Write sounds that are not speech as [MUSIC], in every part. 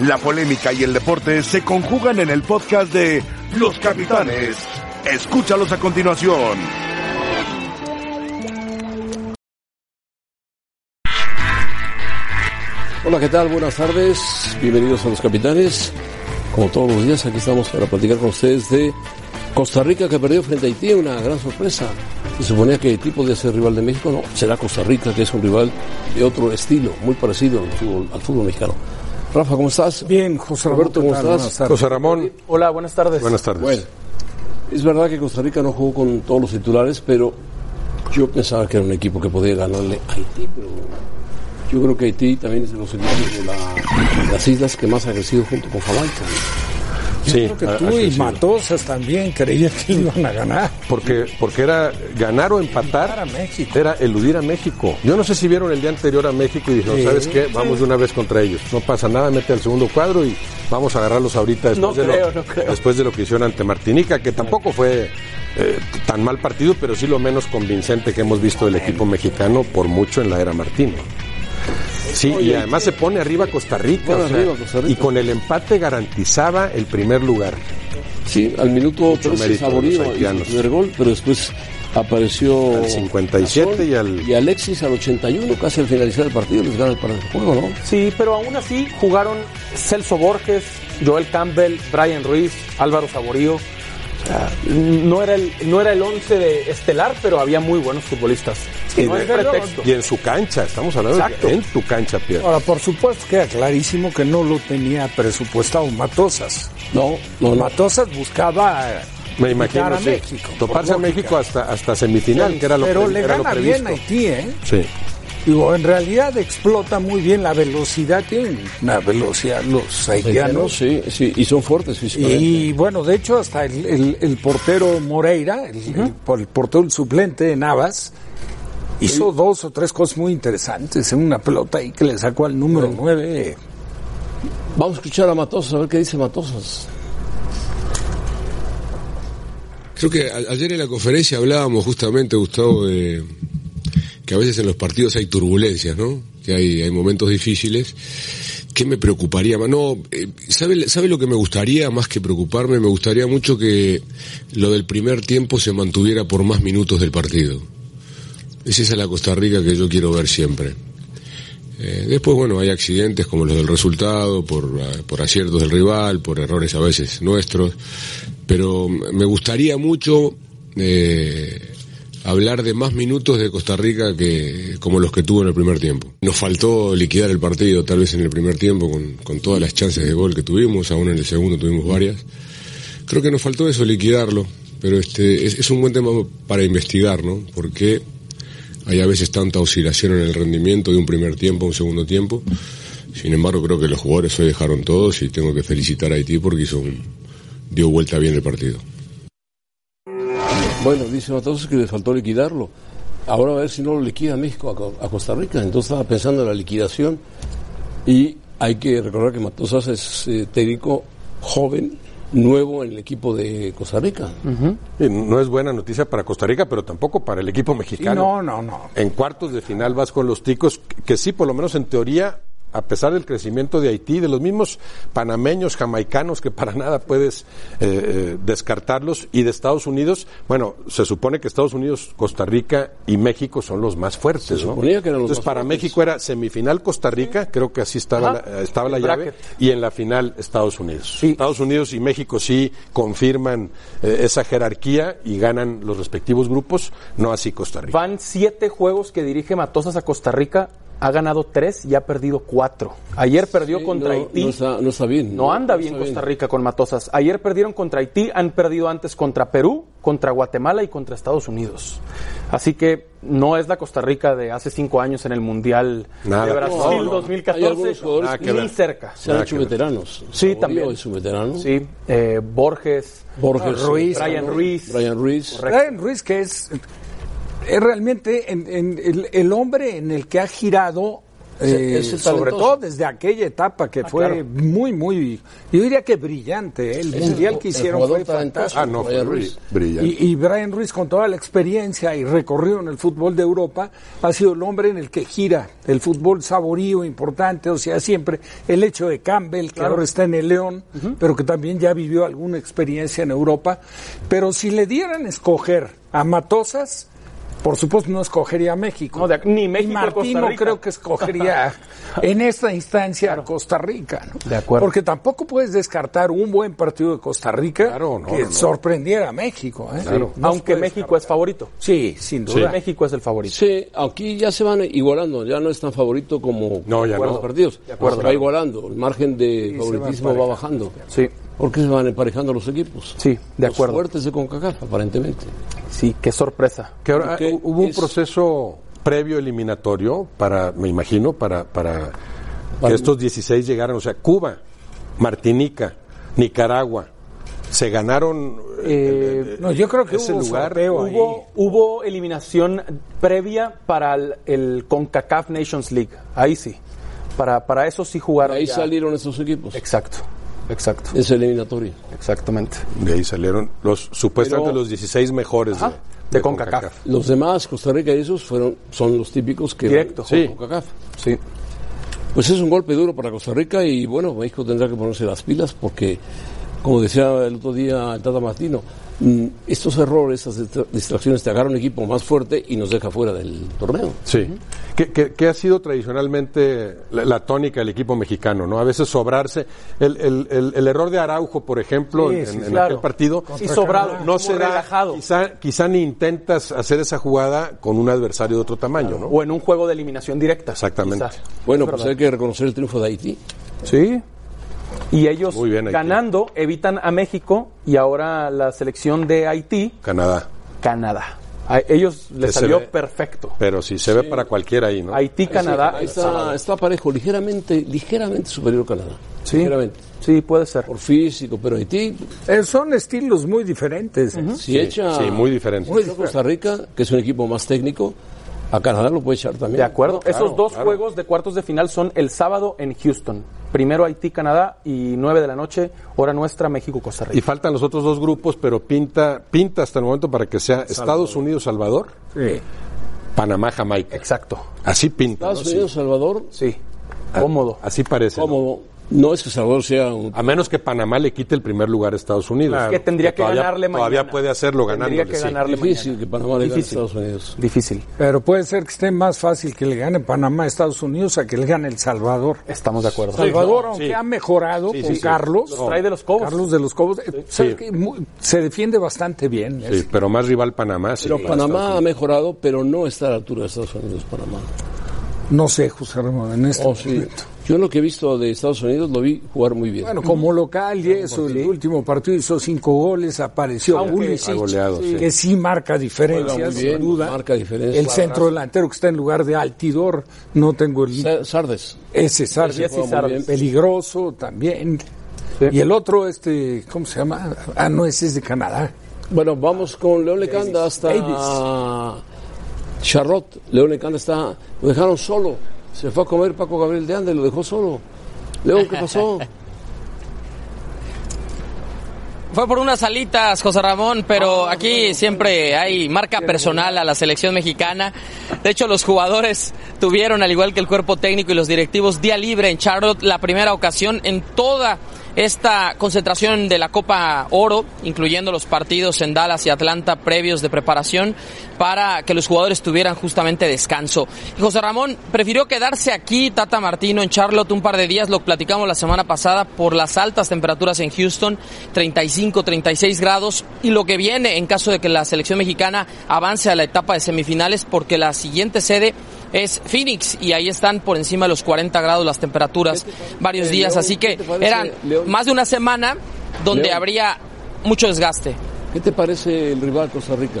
La polémica y el deporte se conjugan en el podcast de Los Capitanes. Escúchalos a continuación. Hola, ¿qué tal? Buenas tardes. Bienvenidos a Los Capitanes. Como todos los días, aquí estamos para platicar con ustedes de Costa Rica que perdió frente a Haití. Una gran sorpresa. Se suponía que Haití podía ser rival de México. No, será Costa Rica que es un rival de otro estilo, muy parecido al fútbol, al fútbol mexicano. Rafa, ¿cómo estás? Bien, José Roberto, ¿cómo estás? José Ramón. Hola, buenas tardes. Buenas tardes. Bueno, es verdad que Costa Rica no jugó con todos los titulares, pero yo pensaba que era un equipo que podía ganarle a Haití, pero yo creo que Haití también es de los equipos de, la- de las islas que más ha crecido junto con Jamaica. Sí, Creo que ha- ha tú y crecido. Matosas también creías que [LAUGHS] iban a ganar. Porque, porque era ganar o empatar, Evitar a México. era eludir a México. Yo no sé si vieron el día anterior a México y dijeron, ¿sabes qué? Vamos de una vez contra ellos. No pasa nada, mete al segundo cuadro y vamos a agarrarlos ahorita después, No de, creo, lo, no creo. después de lo que hicieron ante Martinica, que tampoco fue eh, tan mal partido, pero sí lo menos convincente que hemos visto del equipo mexicano por mucho en la era Martino. Sí, y además se pone arriba Costa Rica, Pone o sea, arriba Costa Rica. y con el empate garantizaba el primer lugar. Sí, al minuto 13 mérito de los Saborío hizo el haitianos. primer gol, pero después apareció... Al 57 y al- Y Alexis al 81, casi al finalizar el partido, les gana el par- el juego, ¿no? Sí, pero aún así jugaron Celso Borges, Joel Campbell, Brian Ruiz, Álvaro Saborío. O sea, No era el no era el once de estelar, pero había muy buenos futbolistas. Y, no de- es pretexto. y en su cancha, estamos hablando Exacto. de que en tu cancha, Pierre. Ahora, por supuesto, queda clarísimo que no lo tenía presupuestado Matosas. No, no, no. Matosas buscaba eh, Me imagino, evitar a sí. México. Toparse a por lógica. México hasta, hasta semifinal, que era lo, Pero pre- le era lo gana bien previsto. a Haití, ¿eh? Sí. Digo, en realidad explota muy bien la velocidad, tienen una velocidad los haitianos. Sí, sí, y son fuertes físicamente. Y bueno, de hecho, hasta el, el- el portero Moreira, el, el por- el portero el suplente Navas, hizo dos o tres cosas muy interesantes. En una pelota ahí que le sacó al número nueve. Vamos a escuchar a Matosas, a ver qué dice Matosas. Creo que a- ayer en la conferencia hablábamos justamente, Gustavo, de que a veces en los partidos hay turbulencias, ¿no? Que hay, hay momentos difíciles. ¿Qué me preocuparía más? No, eh, ¿sabe, ¿sabe lo que me gustaría más que preocuparme? Me gustaría mucho que lo del primer tiempo se mantuviera por más minutos del partido. Es esa la Costa Rica que yo quiero ver siempre. Eh, después, bueno, hay accidentes como los del resultado, por, eh, por aciertos del rival, por errores a veces nuestros, pero me gustaría mucho eh, hablar de más minutos de Costa Rica que como los que tuvo en el primer tiempo. Nos faltó liquidar el partido tal vez en el primer tiempo con, con todas las chances de gol que tuvimos, aún en el segundo tuvimos varias. Creo que nos faltó eso, liquidarlo, pero este es, es un buen tema para investigar, ¿no? Porque hay a veces tanta oscilación en el rendimiento de un primer tiempo a un segundo tiempo. Sin embargo, creo que los jugadores hoy dejaron todos y tengo que felicitar a Haití porque hizo un- dio vuelta bien el partido. Bueno, dice Matosas que le faltó liquidarlo. Ahora a ver si no lo liquida México a Co- a, Costa Rica. Entonces estaba pensando en la liquidación. Y hay que recordar que Matosas es eh, técnico joven, nuevo en el equipo de Costa Rica. Y no es buena noticia para Costa Rica, pero tampoco para el equipo mexicano. No, no, no. En cuartos de final vas con los ticos, que sí, por lo menos en teoría, a pesar del crecimiento de Haití, de los mismos panameños, jamaicanos, que para nada puedes eh, eh, descartarlos, y de Estados Unidos, bueno, se supone que Estados Unidos, Costa Rica y México son los más fuertes, ¿no? suponía que eran los Entonces, más para fuertes. México era semifinal Costa Rica, creo que así estaba Ajá. la, estaba la El llave, bracket. y en la final Estados Unidos. Sí. Estados Unidos y México sí confirman eh, esa jerarquía y ganan los respectivos grupos, no así Costa Rica. Van siete juegos que dirige Matosas a Costa Rica. Ha ganado tres y ha perdido cuatro. Ayer perdió Sí, no, contra Haití. no está- no está bien. No anda No bien está bien. Costa Rica con Matosas. Ayer perdieron contra Haití, han perdido antes contra Perú, contra Guatemala y contra Estados Unidos. Así que no es la Costa Rica de hace cinco años en el Mundial Nada. de Brasil No, no. Hay algunos 2014, jugadores Nada que ni ver. cerca. Se han Nada hecho que ver. veteranos. Sí, Saborío también. es un veterano. Sí, eh, Borges, Borges. Ruiz, Brian Ruiz. Brian Ruiz. Brian Ruiz, que es, Ah, es realmente en- en el, el hombre en el que ha girado eh, es el sobre talentoso. todo desde aquella etapa que fue claro. muy, muy, yo diría que brillante. ¿eh? El Es mundial el- que el hicieron jugador fue talentoso. fantástico. Ah, no, fue Brian Ruiz. bri- brillante. Y, y Brian Ruiz, con toda la experiencia y recorrido en el fútbol de Europa, ha sido el hombre en el que gira el fútbol saborío importante. O sea, siempre el hecho de Campbell, que ahora está en el León, pero que también ya vivió alguna experiencia en Europa. Pero si le dieran a escoger a Matosas, por supuesto no escogería a México. No, de- ni México, Y Martín Costa no Rica. creo que [LAUGHS] escogería en esta instancia a Costa Rica. ¿no? De acuerdo. Porque tampoco puedes descartar un buen partido de Costa Rica Claro, no, que no, no. sorprendiera a México. ¿eh? Sí, No se Aunque puede México descartar. es favorito. Sí, sin duda. México es el favorito. Sí, aquí ya se van igualando, ya no es tan favorito como No, ya como no. los partidos. De acuerdo. se va igualando, el margen de se va favoritismo va, emparejando. bajando. Sí, Porque se van emparejando los equipos. Sí, de acuerdo. Los fuertes de CONCACAF, aparentemente. sí, qué sorpresa. Que ahora, Porque hu- hubo un es- proceso previo eliminatorio para, me imagino, para, para que estos 16 llegaran. O sea, Cuba, Martinica, Nicaragua, se ganaron. Eh, No, yo creo que Ese hubo lugar sorteo ahí. Hubo, hubo eliminación previa para el, el CONCACAF Nations League. Ahí sí. Para, para eso sí jugaron. Ahí ya. salieron esos equipos. Exacto, exacto, Es eliminatoria. exactamente. De ahí salieron los supuestamente Pero- los 16 mejores Ajá, de, de CONCACAF. Los demás, Costa Rica y esos, fueron, son los típicos que Directo. son Sí. CONCACAF. Sí. Pues es un golpe duro para Costa Rica y bueno, México tendrá que ponerse las pilas porque, como decía el otro día el Tata Martino, mm, estos errores, estas distra- distracciones te agarran un equipo más fuerte y nos deja fuera del torneo. Sí. Que, que- que ha sido tradicionalmente la, la tónica del equipo mexicano, ¿no? A veces sobrarse. El, el- el- el error de Araujo, por ejemplo, Sí, en, sí, en- en claro. aquel partido. Y sobrado, No como se da, relajado. Quizá, quizá ni intentas hacer esa jugada con un adversario de otro tamaño, ¿no? O en un juego de eliminación directa. Exactamente. quizá. Bueno, pues hay que reconocer el triunfo de Haití. Sí. Y ellos Muy bien, Haití. ganando evitan a México y ahora la selección de Haití, Canadá. Canadá. A ellos les Ese salió ve- perfecto. Pero sí, se ve para cualquiera ahí, ¿no? Haití, Canadá. Ahí está, está parejo, ligeramente, ligeramente superior a Canadá. Sí. Ligeramente. Sí, puede ser. Por físico, pero Haití, Eh, son estilos muy diferentes. ¿eh? si Sí, echa sí, muy diferente. echa a Costa Rica, que es un equipo más técnico, a Canadá lo puede echar también. De acuerdo. claro, Esos dos claro. juegos de cuartos de final son el sábado en Houston. Primero Haití, Canadá y 9 de la noche, hora nuestra, México, Costa Y Rica. faltan los otros dos grupos, pero pinta, pinta hasta el momento para que sea Estados Unidos, Salvador, Sí. Panamá, Jamaica. Exacto. Así pinta. ¿no? Estados Unidos, Salvador, Sí. Ah, Cómodo. Así parece. ¿no? cómodo. No es que Salvador sea un A menos que Panamá le quite el primer lugar a Estados Unidos. Que tendría que todavía- ganarle mañana. Todavía puede hacerlo ganándole, Tendría que sí. ganarle Difícil mañana. que Panamá le gane a Difícil. Estados Unidos. Difícil. Pero puede ser que esté más fácil que le gane Panamá a Estados Unidos a que le gane El Salvador. Estamos de acuerdo. Salvador, no, aunque sí. ha mejorado Sí, sí, con sí. Carlos. Los trae de los Cobos. Carlos de los Cobos. eh, ¿sabes Sí. qué? Muy- se defiende bastante bien. ¿eh? Sí, pero más rival Panamá. sí, Pero para Estados Panamá ha Unidos. mejorado, pero no está a la altura de Estados Unidos, Panamá. No sé, José Ramón, en este Oh, sí. momento. Yo lo que he visto de Estados Unidos lo vi jugar muy bien. Bueno, como local y eso, el últipo partido hizo cinco goles, apareció Aunque- Pulisic, Ha goleado, sí. que sí marca Juega diferencias, muy bien, sin duda. marca diferencia. El centro delantero que está en lugar de Altidor, no tengo el... Sa- Sardes. Ese Sardes, Jesse juega muy Sardes. bien. peligroso también. Y el otro, este, ¿cómo se llama? Ah, no, ese es de Canadá. Bueno, vamos con León Lecanda hasta Charlotte. León Lecanda está. Lo dejaron solo. Se fue a comer Paco Gabriel de Ande, lo dejó solo. León, ¿qué pasó? Fue por unas alitas, José Ramón, pero aquí siempre hay marca personal a la selección mexicana. De hecho, los jugadores tuvieron, al igual que el cuerpo técnico y los directivos, día libre en Charlotte, la primera ocasión en toda esta concentración de la Copa Oro, incluyendo los partidos en Dallas y Atlanta previos de preparación, para que los jugadores tuvieran justamente descanso. Y José Ramón prefirió quedarse aquí, Tata Martino, en Charlotte un par de días, lo platicamos la semana pasada, por las altas temperaturas en Houston, 35, 36 grados, y lo que viene en caso de que la selección mexicana avance a la etapa de semifinales, porque la siguiente sede es Phoenix, y ahí están por encima de los 40 grados las temperaturas varios eh, días, León, así qué que te parece, eran León? más de una semana donde León. habría mucho desgaste. ¿Qué te parece el rival Costa Rica?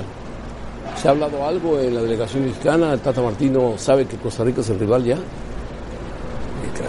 ¿Se ha hablado algo en la delegación mexicana? ¿El Tata Martino sabe que Costa Rica es el rival ya? Sí,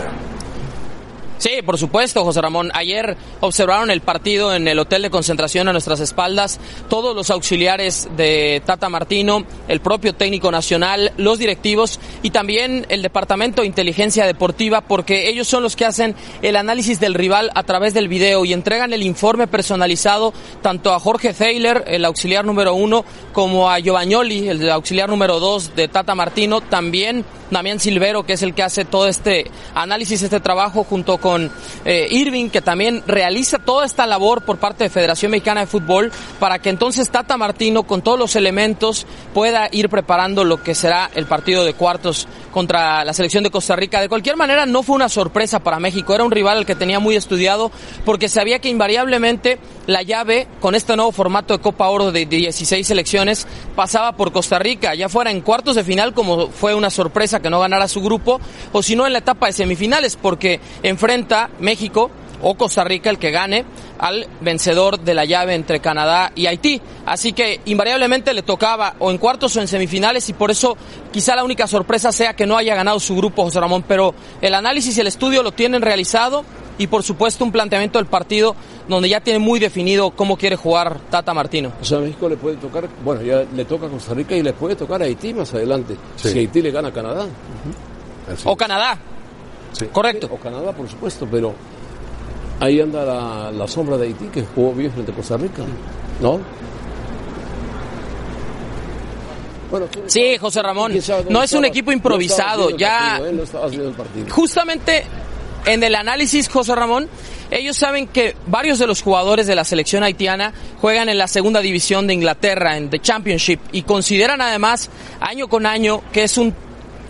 Sí, por supuesto, José Ramón. Ayer observaron el partido en el hotel de concentración a nuestras espaldas. Todos los auxiliares de Tata Martino, el propio técnico nacional, los directivos y también el Departamento de Inteligencia Deportiva, porque ellos son los que hacen el análisis del rival a través del video y entregan el informe personalizado tanto a Jorge Zeiler, el auxiliar número uno, como a Giovagnoli, el auxiliar número dos de Tata Martino, también Damián Silvero, que es el que hace todo este análisis, este trabajo junto con eh, Irving, que también realiza toda esta labor por parte de Federación Mexicana de Fútbol, para que entonces Tata Martino, con todos los elementos, pueda ir preparando lo que será el partido de cuartos contra la selección de Costa Rica. De cualquier manera, no fue una sorpresa para México, era un rival al que tenía muy estudiado, porque sabía que invariablemente la llave con este nuevo formato de Copa Oro de 16 selecciones pasaba por Costa Rica, ya fuera en cuartos de final, como fue una sorpresa que no ganara su grupo, o si no en la etapa de semifinales, porque enfrenta México o Costa Rica el que gane al vencedor de la llave entre Canadá y Haití. Así que invariablemente le tocaba o en cuartos o en semifinales y por eso quizá la única sorpresa sea que no haya ganado su grupo José Ramón, pero el análisis y el estudio lo tienen realizado y por supuesto un planteamiento del partido donde ya tiene muy definido cómo quiere jugar Tata Martino. O sea, a México le puede tocar, bueno, ya le toca a Costa Rica y le puede tocar a Haití más adelante, Sí. si Haití le gana a Canadá. O Canadá. Correcto. O Canadá, por supuesto, pero ahí anda la, la sombra de Haití que jugó bien frente a Costa Rica, ¿no? Bueno, tú- Sí, José Ramón. quién sabe dónde No es un estabas, equipo no improvisado. estabas viendo el Ya partido, ¿eh? No estabas viendo el partido. justamente en el análisis, José Ramón, ellos saben que varios de los jugadores de la selección haitiana juegan en la segunda división de Inglaterra, en The Championship, y consideran además, año con año, que es un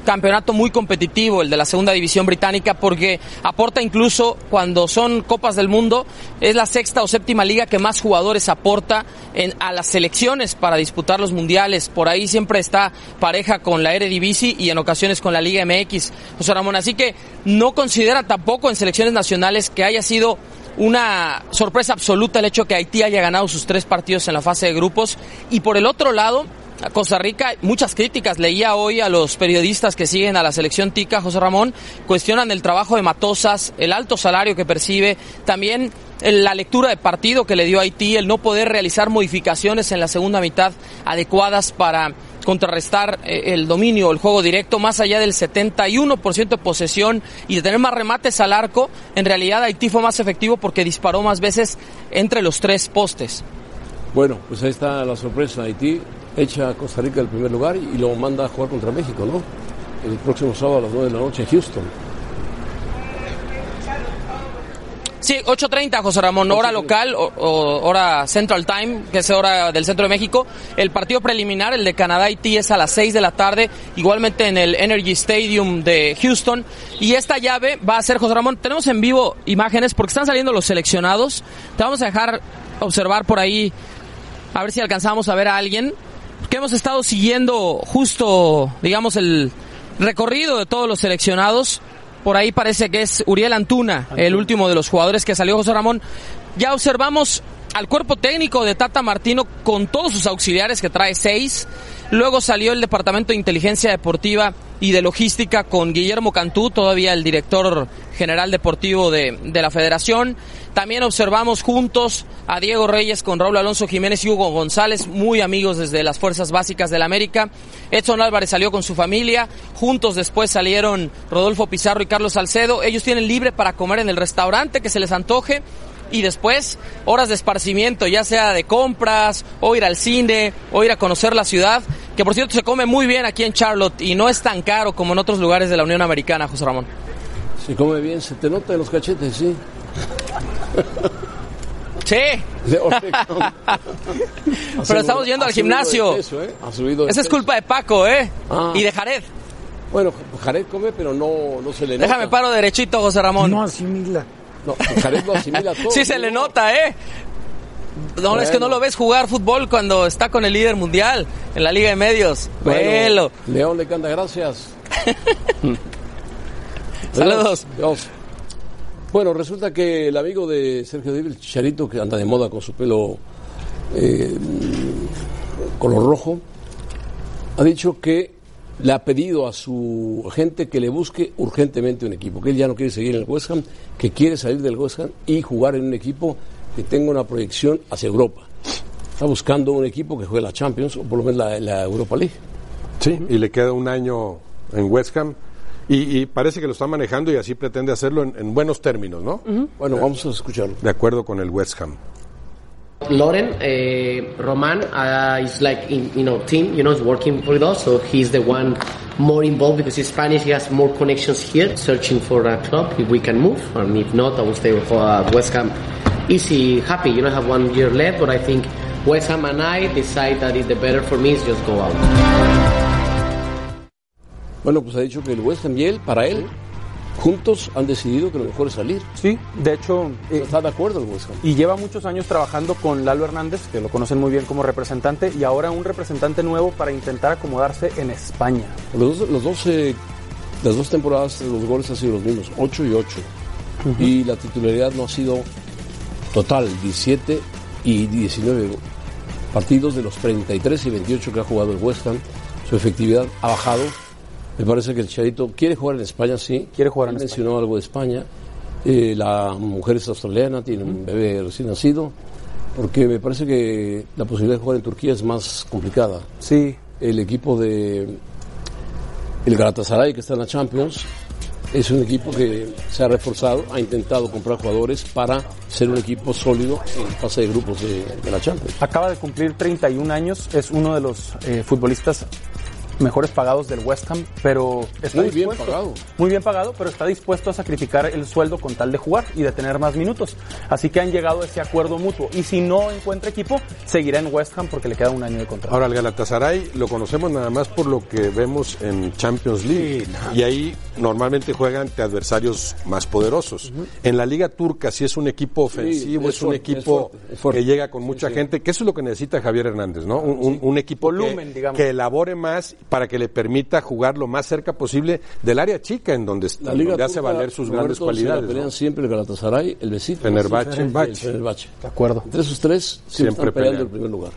campeonato muy competitivo el de la segunda división británica porque aporta incluso cuando son copas del mundo es la sexta o séptima liga que más jugadores aporta en- a las selecciones para disputar los mundiales por ahí siempre está pareja con la Eredivisie y en ocasiones con la Liga MX José Ramón así que no considera tampoco en selecciones nacionales que haya sido una sorpresa absoluta el hecho que Haití haya ganado sus tres partidos en la fase de grupos y por el otro lado a Costa Rica, muchas críticas. Leía hoy a los periodistas que siguen a la selección tica, José Ramón, cuestionan el trabajo de Matosas, el alto salario que percibe, también el- la lectura de partido que le dio Haití, el no poder realizar modificaciones en la segunda mitad adecuadas para contrarrestar eh, el dominio, el juego directo, más allá del 71% de posesión y de tener más remates al arco, en realidad Haití fue más efectivo porque disparó más veces entre los tres postes. Bueno, pues ahí está la sorpresa. Haití echa a Costa Rica del primer lugar y lo manda a jugar contra México, ¿no? El próximo sábado a las 9 de la noche en Houston. Sí, 8.30, José Ramón, hora local, o, o hora Central Time, que es hora del centro de México. El partido preliminar, el de Canadá-Haití, es a las 6 de la tarde, igualmente en el Energy Stadium de Houston. Y esta llave va a ser, José Ramón, tenemos en vivo imágenes porque están saliendo los seleccionados. Te vamos a dejar observar por ahí, a ver si alcanzamos a ver a alguien, que hemos estado siguiendo justo, digamos, el recorrido de todos los seleccionados. Por ahí parece que es Uriel Antuna, el último de los jugadores que salió José Ramón. Ya observamos al cuerpo técnico de Tata Martino con todos sus auxiliares, que trae seis. Luego salió el Departamento de Inteligencia Deportiva y de Logística con Guillermo Cantú, todavía el director general deportivo de, de la federación. También observamos juntos a Diego Reyes con Raúl Alonso Jiménez y Hugo González, muy amigos desde las Fuerzas Básicas del América. Edson Álvarez salió con su familia, juntos después salieron Rodolfo Pizarro y Carlos Salcedo. Ellos tienen libre para comer en el restaurante que se les antoje y después horas de esparcimiento, ya sea de compras, o ir al cine, o ir a conocer la ciudad, que por cierto se come muy bien aquí en Charlotte y no es tan caro como en otros lugares de la Unión Americana, José Ramón. Se come bien, se te nota en los cachetes, [LAUGHS] ¿sí? [LAUGHS] Sí, De Oregon. pero estamos yendo Ha subido de al gimnasio. peso, ¿eh? Ha subido de Esa es peso. culpa de Paco, ¿eh? Ah. Y de Jared. Bueno, Jared come, pero no, no se le nota. Déjame paro derechito, José Ramón. No asimila. No, Jared lo [LAUGHS] asimila todo. sí se le nota, ¿eh? No, es que no Bueno. lo ves jugar fútbol cuando está con el líder mundial en la Liga de Medios. Velo. Bueno, León le canta gracias. Saludos. Dios. Bueno, resulta que el amigo de Sergio Díaz, el Charito, que anda de moda con su pelo eh, color rojo, ha dicho que le ha pedido a su gente que le busque urgentemente un equipo, que él ya no quiere seguir en el West Ham, que quiere salir del West Ham y jugar en un equipo que tenga una proyección hacia Europa. Está buscando un equipo que juegue la Champions o por lo menos la, la Europa League. Sí, y le queda un año en West Ham. Y, y parece que lo está manejando y así pretende hacerlo en, en buenos términos, ¿no? Bueno, vamos a escucharlo. De acuerdo con el West Ham. Lauren uh, Roman uh, is like in you know team you know is working with us so he's the one more involved because he's Spanish he has more connections here searching for a club if we can move and if not I will stay with uh, West Ham easy happy you know I have one year left but I think West Ham and I decide that is the better for me is just go out Bueno, pues ha dicho que el West Ham y él, para él, juntos han decidido que lo mejor es salir. Sí, de hecho, eh, Está de acuerdo el West Ham. y lleva muchos años trabajando con Lalo Hernández, que lo conocen muy bien como representante, y ahora un representante nuevo para intentar acomodarse en España. Los dos, los dos, eh, las dos temporadas los goles han sido los mismos, 8 y 8. Y la titularidad no ha sido total, 17 y 19 partidos de los 33 y 28 que ha jugado el West Ham. Su efectividad ha bajado. Me parece que el Chadito quiere jugar en España, sí. Quiere jugar Él en mencionó algo de España. Eh, la mujer es australiana, tiene un bebé recién nacido. Porque me parece que la posibilidad de jugar en Turquía es más complicada Sí, el equipo de el Galatasaray que está en la Champions es un equipo que se ha reforzado, ha intentado comprar jugadores para ser un equipo sólido en fase de grupos de, de la Champions. acaba de cumplir 31 años, es uno de los eh, futbolistas mejores pagados del West Ham, pero está Muy bien dispuesto- pagado. Muy bien pagado, pero está dispuesto a sacrificar el sueldo con tal de jugar y de tener más minutos. Así que han llegado a ese acuerdo mutuo. Y si no encuentra equipo, seguirá en West Ham porque le queda un año de contrato. Ahora, el Galatasaray lo conocemos nada más por lo que vemos en Champions League. Y ahí normalmente juega ante adversarios más poderosos. En la Liga Turca sí es un equipo ofensivo, Sí, es es, un fuerte, es equipo fuerte, es fuerte. que llega con mucha gente, que eso es lo que necesita Javier Hernández, ¿no? Un, un- un equipo que- Volumen, digamos. que elabore más para que le permita jugar lo más cerca posible del área chica en donde, La Liga donde hace Turca, valer sus Roberto, grandes se la cualidades. ¿no? pelean siempre el Galatasaray, el Besiktas, Fenerbahce. el Fenerbahce. el Fenerbahce. De acuerdo. Entre esos tres siempre, Siempre están peleando pelean. el primer lugar.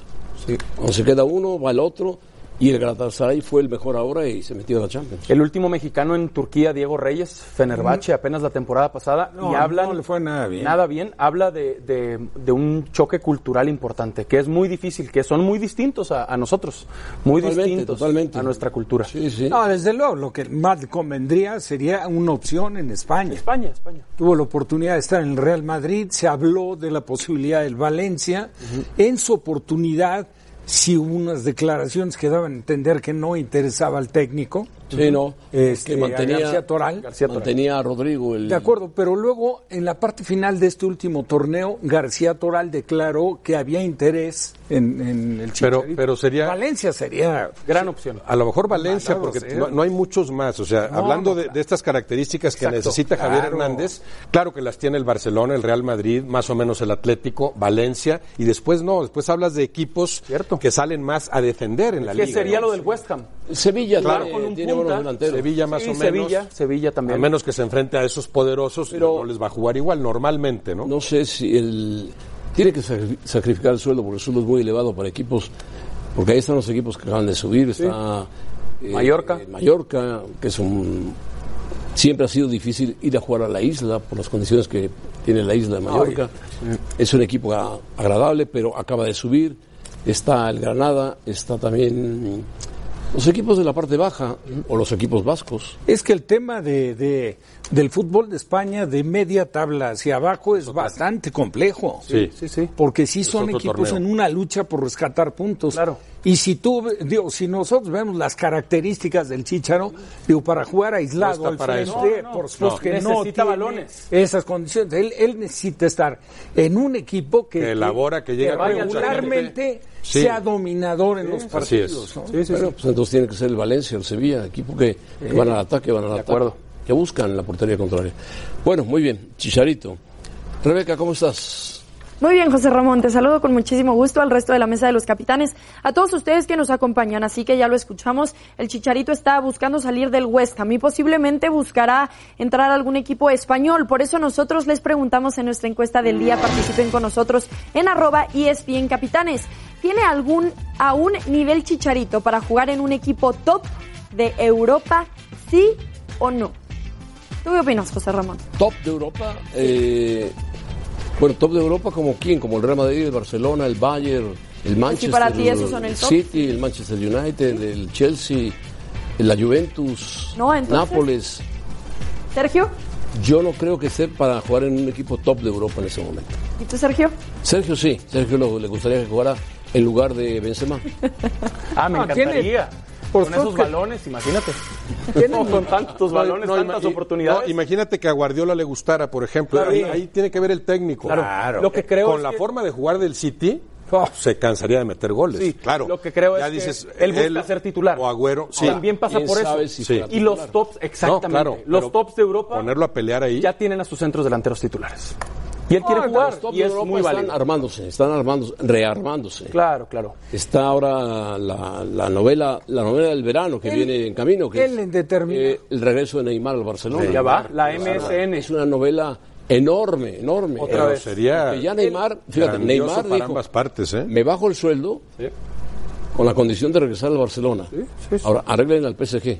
Cuando se queda uno, va el otro y el Galatasaray fue el mejor ahora y se metió a la Champions. El último mexicano en Turquía, Diego Reyes, Fenerbahce, apenas la temporada pasada. No, y hablan, no le fue nada bien. Nada bien. Habla de, de- de un choque cultural importante, que es muy difícil, que son muy distintos a, a nosotros. Muy Totalmente, distintos totalmente. a nuestra cultura. Sí, sí. No, desde luego, lo que más convendría sería una opción en España. España, España. Tuvo la oportunidad de estar en el Real Madrid, se habló de la posibilidad del Valencia. En su oportunidad, si hubo unas declaraciones que daban a entender que no interesaba al técnico. Sí, no. Este, que mantenía, a García Toral. García Toral. mantenía a Rodrigo. El, De acuerdo, pero luego en la parte final de este último torneo, García Toral declaró que había interés en, en el Pero- Chicharito. pero sería- Valencia sería ¿eh? Gran opción. A lo mejor Valencia, Mandado porque sea. no, no hay muchos más. O sea, hablando de, de estas características que necesita Javier claro. Hernández, claro que las tiene el Barcelona, el Real Madrid, más o menos el Atlético, Valencia, y después no, después hablas de equipos Cierto. que salen más a defender en la ¿Qué liga. sería ¿no? lo del West Ham? Sevilla Claro, tiene, con un tiene punta, buenos delanteros. Sevilla más Sí, o menos. Sevilla, Sevilla también. A menos que se enfrente a esos poderosos, Pero- no, no les va a jugar igual normalmente, ¿no? No sé si el tiene que sacri- sacrificar el sueldo porque el sueldo es muy elevado para equipos porque ahí están los equipos que acaban de subir, está eh, Mallorca. eh, Mallorca, que es un siempre ha sido difícil ir a jugar a la isla por las condiciones que tiene la isla de Mallorca. Es un equipo a- agradable, pero acaba de subir. Está el Granada, está también los equipos de la parte baja o los equipos vascos. Es que el tema de, de- del fútbol de España de media tabla hacia abajo es bastante complejo. Sí. Sí, sí. Porque sí son otro equipos torneo. en una lucha por rescatar puntos. Claro. Y si tú, ve- digo, si nosotros vemos las características del Chicharo, digo, para jugar aislado No está al para frente, eso. No, no, por supuesto no. que no Necesita tiene balones. Esas condiciones. Él, él necesita estar en un equipo que, Que elabora, que llegue que con mucha regularmente gente. Sí. sea dominador en los Así partidos. es. ¿no? Bueno, pues entonces tiene que ser el Valencia, el Sevilla, equipo que que van al ataque, van al ataque. acuerdo. Que buscan la portería contraria. Bueno, muy bien, Chicharito. Rebeca, ¿cómo estás? Muy bien, José Ramón, te saludo con muchísimo gusto al resto de la mesa de los capitanes, a todos ustedes que nos acompañan, así que ya lo escuchamos, el Chicharito está buscando salir del West Ham y posiblemente buscará entrar a algún equipo español, por eso nosotros les preguntamos en nuestra encuesta del día, participen con nosotros en arroba E ESPN Capitanes, ¿tiene algún aún nivel Chicharito para jugar en un equipo top de Europa, sí o no? ¿Tú qué opinas, José Ramón? Top de Europa. eh, bueno, top de Europa como quién, como el Real Madrid, el Barcelona, el Bayern, el Manchester, para ti esos son el top. City, el Manchester United, el Chelsea, la Juventus, No, entonces- Nápoles. Sergio, Yo no creo que esté para jugar en un equipo top de Europa en ese momento. ¿y tú, Sergio? Sergio sí, Sergio lo- le gustaría que jugara en lugar de Benzema. Ah, me No, tiene- encantaría. por Con favor, esos que- balones, imagínate. Tiene- No, [LAUGHS] con tantos balones, No, tantas ima- i- oportunidades. no, imagínate que a Guardiola le gustara, por ejemplo. Claro, ahí, sí. ahí tiene que ver el técnico. Claro. Lo que creo Con es la que- forma de jugar del City, oh, se cansaría de meter goles. Sí, claro. Lo que creo Ya es dices, que él busca él ser titular. o Agüero, sí. También pasa ¿Quién por eso. sabe si fuera Y titular? los tops, exactamente. No, claro, pero los tops de Europa. Ponerlo a pelear ahí. Ya tienen a sus centros delanteros titulares. Y él quiere No, jugar. los top Y de es Europa muy están válido. armándose, están armándose, rearmándose. Claro, claro. Está ahora la, la novela, la novela del verano que viene en camino, que es eh, el regreso de Neymar al Barcelona. Sí, ya va, la Es una- MSN. Es una novela enorme, enorme. Otra vez. Sería Porque ya Neymar, fíjate, grandioso Neymar para dijo, ambas partes, ¿eh? me bajo el sueldo con la condición de regresar al Barcelona. Ahora, arreglen al PSG.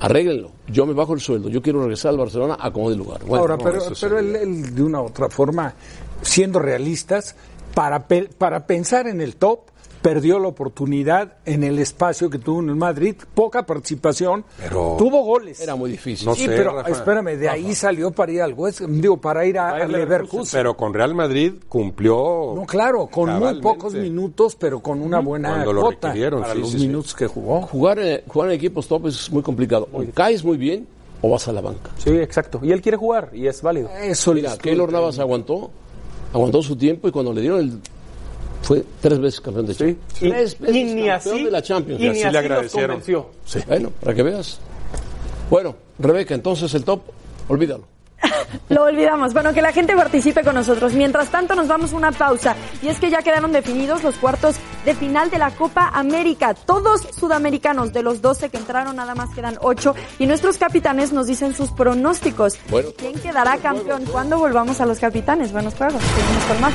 Arréglenlo. Yo me bajo el sueldo. Yo quiero regresar al Barcelona a como de lugar. Bueno, Ahora, no, pero, eso pero él, él, de una u otra forma, siendo realistas, para, pe- para pensar en el top, perdió la oportunidad en el espacio que tuvo en el Madrid, poca participación, Pero- tuvo goles. Era muy difícil. sí, pero espérame, de ahí salió para ir al West, digo, para ir a, a Leverkusen. Pero con Real Madrid cumplió. No, claro, con Cabalmente. muy pocos minutos, pero con una buena Cuando lo cuota requirieron, para sí, los sí, sí. minutos que jugó. Jugar en, jugar en equipos top es muy complicado. O caes muy bien o vas a la banca. Sí, exacto. Y él quiere jugar. Y es válido. Eso Mira, Keylor Navas aguantó, aguantó su tiempo y cuando le dieron el... Fue tres veces campeón de Champions. Y, Tres veces y ni campeón así, de la Champions. y ni así le los agradecieron. convenció. Bueno, para que veas. Bueno, Rebeca, entonces el top, olvídalo. Lo olvidamos. Bueno, que la gente participe con nosotros. Mientras tanto, nos vamos a una pausa. Y es que ya quedaron definidos los cuartos de final de la Copa América. Todos sudamericanos de los 12 que entraron, nada más quedan 8. Y nuestros capitanes nos dicen sus pronósticos. Bueno. ¿Quién quedará campeón? ¿Cuándo volvamos a los capitanes? Buenos juegos. Seguimos con más.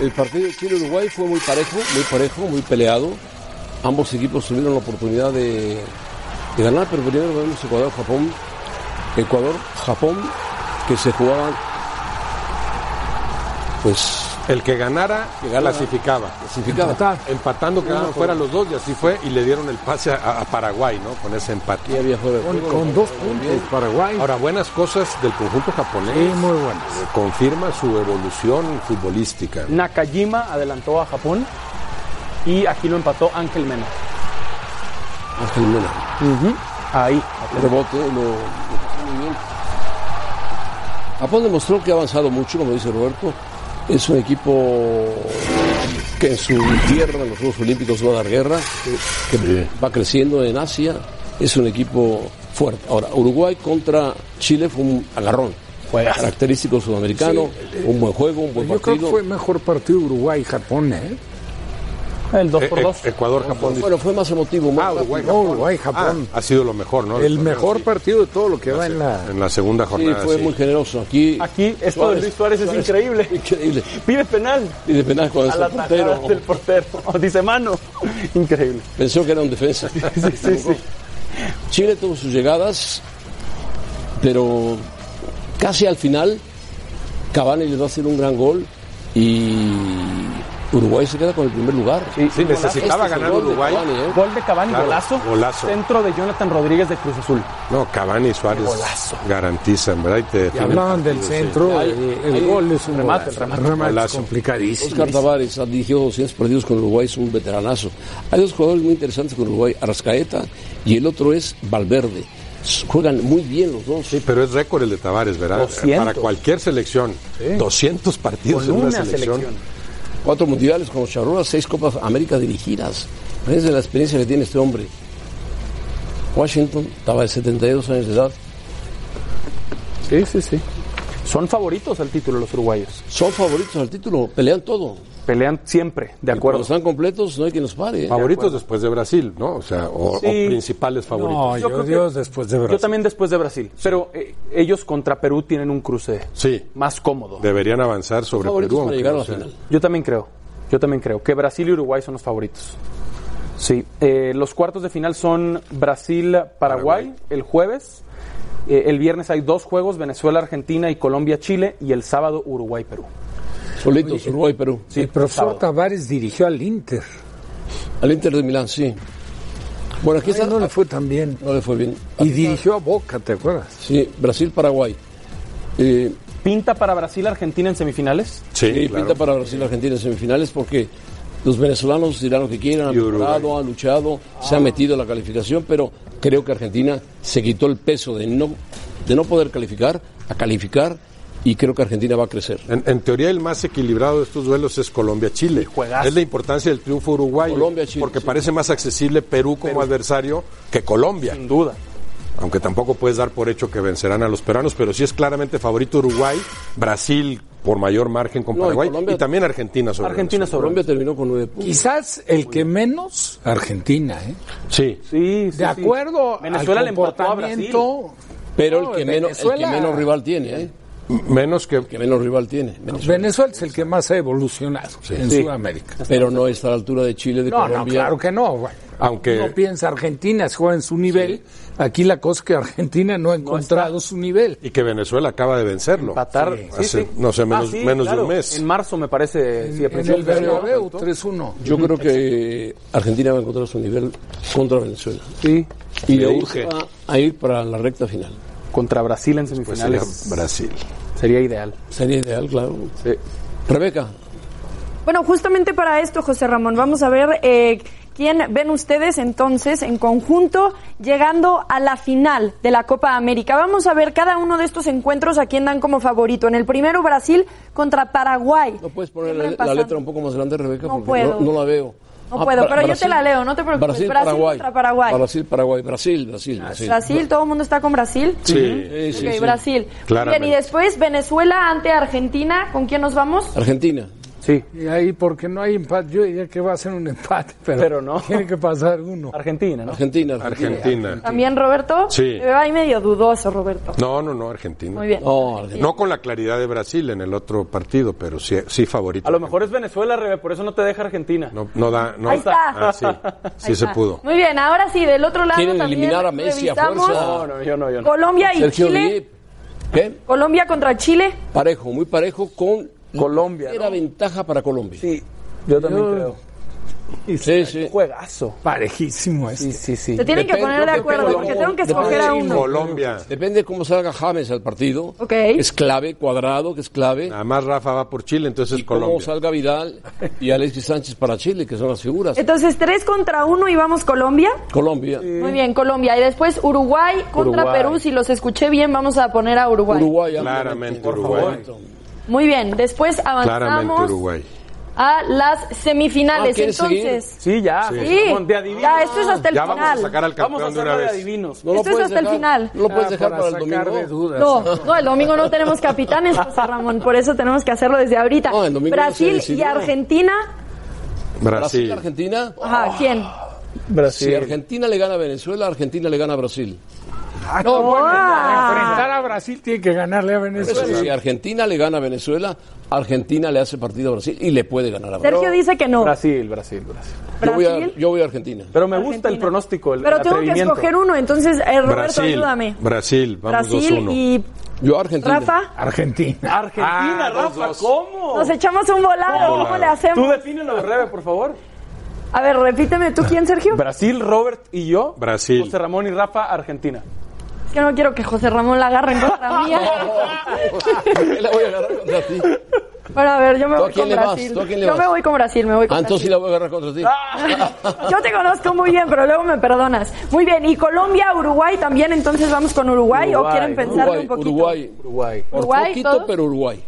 el partido de Chile-Uruguay fue muy parejo, muy parejo, muy peleado. Ambos equipos tuvieron la oportunidad de, de ganar, pero primero vemos Ecuador-Japón. Ecuador-Japón, que se jugaban, pues, El que ganara, clasificaba. Clasificaba. Empatar. Empatando quedaron Uno por fuera los dos y así fue. Y le dieron el pase a, a Paraguay, ¿no? Con ese empate. y había juego de Con, fútbol. con dos puntos, Paraguay. Ahora, buenas cosas del conjunto japonés. Sí, muy buenas. Eh, Confirma su evolución futbolística. ¿no? Nakajima adelantó a Japón y aquí lo empató Ángel Mena. Ángel Mena. Ahí. Rebote, lo, lo pasó muy bien. Japón demostró que ha avanzado mucho, como dice Roberto. Es un equipo que en su tierra, en los Juegos Olímpicos, va a dar guerra, que va creciendo en Asia. Es un equipo fuerte. Ahora, Uruguay contra Chile fue un agarrón. Característico sudamericano, un buen juego, un buen Yo creo que partido. fue mejor partido Uruguay-Japón, ¿eh? El 2 Eh, por eh, 2. Ecuador-Japón. Bueno, fue más emotivo, más Ah, rápido. No, Uruguay-Japón. Ah, ha sido lo mejor, ¿no? el mejor partido de todo lo que va en la... En la segunda Sí, jornada. fue sí. muy generoso. Aquí, Aquí esto de Luis Suárez es increíble. Increíble. Pide penal Y de penal cuando a la es el portero. tajada [LAUGHS] del portero. Dice mano. Increíble. Pensó que era un defensa. Sí, [LAUGHS] sí, sí. Chile tuvo sus llegadas, pero casi al final Cavani le va a hacer un gran gol y Uruguay se queda con el primer lugar. Sí, necesitaba Este es el ganar gol de Uruguay. Cavani, ¿eh? Gol de Cavani, Claro, golazo. golazo. Centro de Jonathan Rodríguez de Cruz Azul. No, Cavani y Suárez garantizan, ¿verdad? Y te Y definen. hablaban del centro, el, el gol es un remate, golazo, remate. un Golazo. complicadísimo. Oscar Tavares ha dirigido 200 partidos con Uruguay, es un veteranazo. Hay dos jugadores muy interesantes con Uruguay, Arrascaeta y el otro es Valverde. Juegan muy bien los dos. Sí, pero es récord el de Tavares, ¿verdad? 200. Para cualquier selección. 200 partidos Con en una, una selección. selección. Cuatro mundiales con Charrua, seis Copas América dirigidas. Imagínense la experiencia que tiene este hombre. Washington estaba de 72 años de edad. Sí, sí, sí. Son favoritos al título los uruguayos. Son favoritos al título, pelean todo. Pelean siempre, de Cuando acuerdo. están completos no hay quien los pare. ¿eh? Favoritos después de Brasil, ¿no? O sea, o, o Sí. principales favoritos. No, Yo yo, creo que- Dios, después de Yo Brasil. también después de Brasil. Pero eh, ellos contra Perú tienen un cruce Sí. más cómodo. Deberían avanzar sobre Favoritos Perú. para aunque llegar a no la sea. final. Yo también creo. Yo también creo que Brasil y Uruguay son los favoritos. Sí. eh, los cuartos de final son Brasil-Paraguay el jueves. Eh, el viernes hay dos juegos, Venezuela-Argentina y Colombia-Chile. Y el sábado Uruguay-Perú. Solitos, Uruguay, Perú. el profesor Tavares dirigió al Inter. Al Inter de Milán, sí. Bueno, aquí Quizás está. no le fue tan bien. No le fue bien. Ah, Y dirigió a Boca, ¿te acuerdas? Sí, Brasil-Paraguay. Eh, Pinta para Brasil-Argentina en semifinales. Sí, y claro. pinta para Brasil-Argentina en semifinales porque los venezolanos dirán lo que quieran, han Y Uruguay. preparado, han luchado, se han metido a la calificación, pero creo que Argentina se quitó el peso de no, de no poder calificar a calificar y creo que Argentina va a crecer. En, en teoría, el más equilibrado de estos duelos es Colombia-Chile. juegazo. Es la importancia del triunfo uruguayo. Colombia-Chile, Porque sí. parece más accesible Perú como adversario que Colombia. Sin duda. Aunque tampoco puedes dar por hecho que vencerán a los peruanos, pero sí es claramente favorito Uruguay, Brasil por mayor margen con No, y Paraguay Colombia- y también Argentina sobre Argentina sobre. Colombia terminó con nueve puntos. Quizás el que menos, Argentina, ¿eh? Venezuela. Sí. Sí, sí, De sí. acuerdo Venezuela al le empató a Brasil. comportamiento, Pero No, el, que menos, el que Venezuela- menos rival tiene, ¿eh? Menos que que menos rival tiene. Venezuela. Venezuela es el que más ha evolucionado en Sudamérica. Pero no está a la altura de Chile, de No, no, Colombia. claro que no. bueno. Aunque- Uno piensa Argentina, se juega en su nivel. Aquí la cosa es que Argentina no ha encontrado su nivel. y que Venezuela acaba de vencerlo. Empatar. Sí. sí, Hace, sí. no sé, menos, Ah, sí, menos de claro. un mes. En marzo me parece. sí, a En principios el de año. Bernabéu, 3-1. Yo creo que Argentina va a encontrar su nivel contra Venezuela. Sí. Y Le le urge. urge a ir para la recta final. Contra Brasil en Pues sería semifinales. Brasil. Sería ideal. Sería ideal, claro. Rebeca, Bueno, justamente para esto, José Ramón, vamos a ver eh, quién ven ustedes entonces en conjunto llegando a la final de la Copa América. Vamos a ver cada uno de estos encuentros a quién dan como favorito. En el primero, Brasil contra Paraguay. ¿no puedes poner Siempre la, la pasan. letra un poco más grande, Rebeca? No porque puedo. No, la veo. Ah, No puedo, Bra- pero yo te la leo, no te preocupes. Brasil, Brasil Paraguay. contra Paraguay. Ah, Brasil, Paraguay. Brasil, Brasil, Brasil. Brasil, todo el mundo está con Brasil. Sí. Sí, sí, Ok, sí. Brasil. Claramente. Bien, y después Venezuela ante Argentina. ¿Con quién nos vamos? Argentina. Sí. Y ahí, porque no hay empate, yo diría que va a ser un empate, [LAUGHS] pero, Pero no. tiene que pasar uno. Argentina, ¿no? Argentina, Argentina. ¿También Roberto? Sí. Me va ahí medio dudoso, Roberto. No, no, no, Argentina. Muy bien. No, Argentina. No con la claridad de Brasil en el otro partido, pero sí, sí favorito. A lo mejor es Venezuela, Rebe, por eso no te deja Argentina. No, no da. No, Ahí está. Ah, sí, sí Ahí se está. pudo. Muy bien, ahora sí, del otro lado Quieren también eliminar a Messi a revisamos fuerza. No, no, yo no, yo no. Colombia y Sergio Chile. Díaz. ¿Qué? Colombia contra Chile. Parejo, muy parejo con Colombia, Era ventaja para Colombia. Sí, yo también Yo- creo. sí. sí. Juegazo. Parejísimo este. Sí, sí, sí. Se tienen que Depende, poner de depende acuerdo de porque cómo- tengo que depende escoger a de uno. Colombia. Depende de cómo salga James al partido. Ok. Es clave, cuadrado, que es clave. Además, Rafa va por Chile, entonces y cómo Ah, Colombia. salga Vidal y Alexis Sánchez para Chile, que son las figuras. Entonces, tres contra uno y vamos Colombia. Colombia. Muy bien, Colombia. Y después Uruguay contra Uruguay. Perú. Si los escuché bien, vamos a poner a Uruguay. Uruguay. Claramente por Uruguay. favor. Muy bien, después Claramente avanzamos Uruguay. a las semifinales. Ah, ¿quieres Entonces, ah, Sí, ya. sí, Ramón, de adivinos. ya, esto es hasta el Ya vamos a final. sacar al Vamos a campeón de una hacerlo de vez. adivinos. No lo Esto es puedes hasta el dejar- final. No lo puedes Ah, dejar para, el sacar de domingo. dudas. No, no, el domingo no tenemos capitanes, José Ramón, por eso tenemos que hacerlo desde ahorita. No, el domingo Brasil no se y decidió. Argentina. Brasil. Brasil, Argentina. Ajá, ¿quién? Si Argentina le gana a Venezuela, Argentina le gana a Brasil. no, bueno, Ah. para enfrentar a Brasil tiene que ganarle a Venezuela. Si Argentina le gana a Venezuela, Argentina le hace partido a Brasil y le puede ganar a Brasil. Sergio dice que no. Brasil, Brasil, Brasil. Yo voy a, Brasil. yo voy a Argentina. Pero me gusta el Argentina. pronóstico, el Pero el tengo que atrevimiento. escoger uno, entonces, eh, Roberto, Brasil. ayúdame. Brasil. Vamos Brasil 2-1. y Yo a Argentina. Rafa, Ah, Argentina. Ah, Argentina, Rafa, ¿cómo? nos echamos un volado, ¿cómo le Tú hacemos? defínelo, Rebe, por favor. A ver, repíteme, ¿tú quién, Sergio? Brasil, Robert y yo. Brasil. José Ramón y Rafa, Argentina. Es que no quiero que José Ramón la agarre en contra mía. [LAUGHS] [LAUGHS] la voy a agarrar contra ti. Bueno, a ver, yo me ¿Tú a voy quién con le vas? Brasil. ¿Tú a quién le Yo vas? me voy con Brasil, me voy con Ah, entonces sí Brasil. la voy a agarrar contra ti. Ah. Yo te conozco muy bien, pero luego me perdonas. Muy bien, y Colombia, Uruguay también, entonces vamos con Uruguay, o Uruguay, quieren ¿no? pensarle Uruguay, un poquito. Uruguay. Uruguay. Por Uruguay, poquito, ¿todos? pero Uruguay.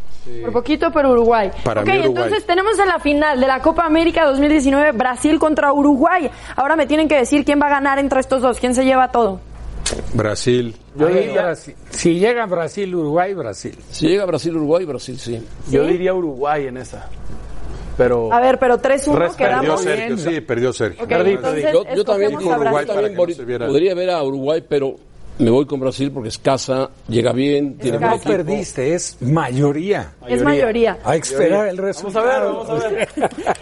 Por poquito, pero Uruguay. Para ok, mí, Uruguay. entonces tenemos en la final de la Copa América 2019 Brasil contra Uruguay. Ahora me tienen que decir quién va a ganar entre estos dos, quién se lleva todo. Brasil. Yo A ver, diría- Brasil. Si llega Brasil, Uruguay, Brasil. Si llega Brasil, Uruguay, Brasil, sí. Yo diría Uruguay en esa. Pero. A ver, pero 3-1 Respeto, Perdió quedamos. Dios, Sergio. Sí, perdió Sergio. Ok, Perdí, entonces perdí. Yo, yo también, escogemos a Uruguay Brasil. yo también para que no podri- se viera. podría ver a Uruguay, pero me voy con Brasil porque es casa, llega bien, tiene buen No casa. equipo. perdiste, es mayoría. Es mayoría. Hay que esperar el Vamos a ver, resultado. vamos [LAUGHS] a ver.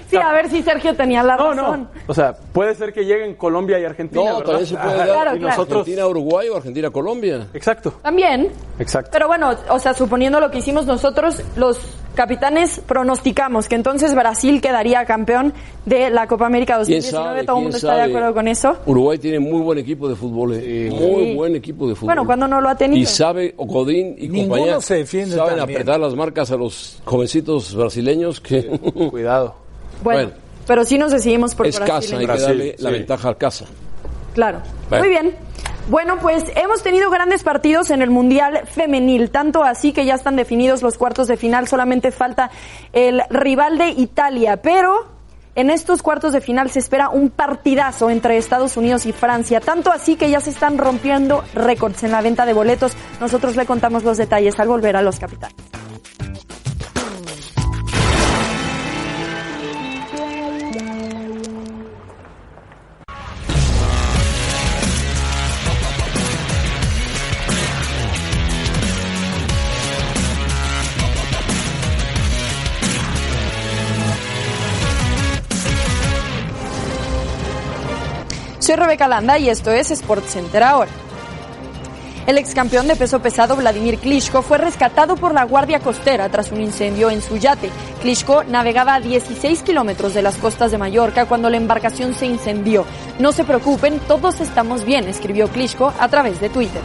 Sí, a ver si Sergio tenía la No, razón. no. O sea, puede ser que lleguen Colombia y Argentina. No, ¿verdad? también se puede Ah, dar Claro, y claro. nosotros. Argentina, Uruguay o Argentina, Colombia. Exacto, También, exacto. pero bueno, o sea, suponiendo lo que hicimos nosotros, los capitanes pronosticamos que entonces Brasil quedaría campeón de la Copa América ¿Quién 2019. sabe? Todo el quién mundo está de sabe? acuerdo con eso. Uruguay tiene muy buen equipo de fútbol, eh. muy Sí. buen equipo de fútbol. Bueno, ¿cuándo no lo ha tenido? Y sabe, Ocodín y Ninguno compañía, se defiende saben tan bien. apretar las marcas a los jovencitos brasileños que [LAUGHS] Cuidado. Bueno, Bueno. pero sí nos decidimos por es Brasil. casa, hay que Brasil, darle la sí. ventaja a casa. Claro. Bueno. Muy bien. Bueno, pues hemos tenido grandes partidos en el Mundial femenil, tanto así que ya están definidos los cuartos de final, solamente falta el rival de Italia, pero en estos cuartos de final se espera un partidazo entre Estados Unidos y Francia, tanto así que ya se están rompiendo récords en la venta de boletos. Nosotros le contamos los detalles al volver a los capitales. Soy Rebeca Landa y esto es SportsCenter ahora. El ex campeón de peso pesado Vladimir Klitschko fue rescatado por la Guardia Costera tras un incendio en su yate. Klitschko navegaba a 16 kilómetros de las costas de Mallorca cuando la embarcación se incendió. No se preocupen, todos estamos bien, escribió Klitschko a través de Twitter.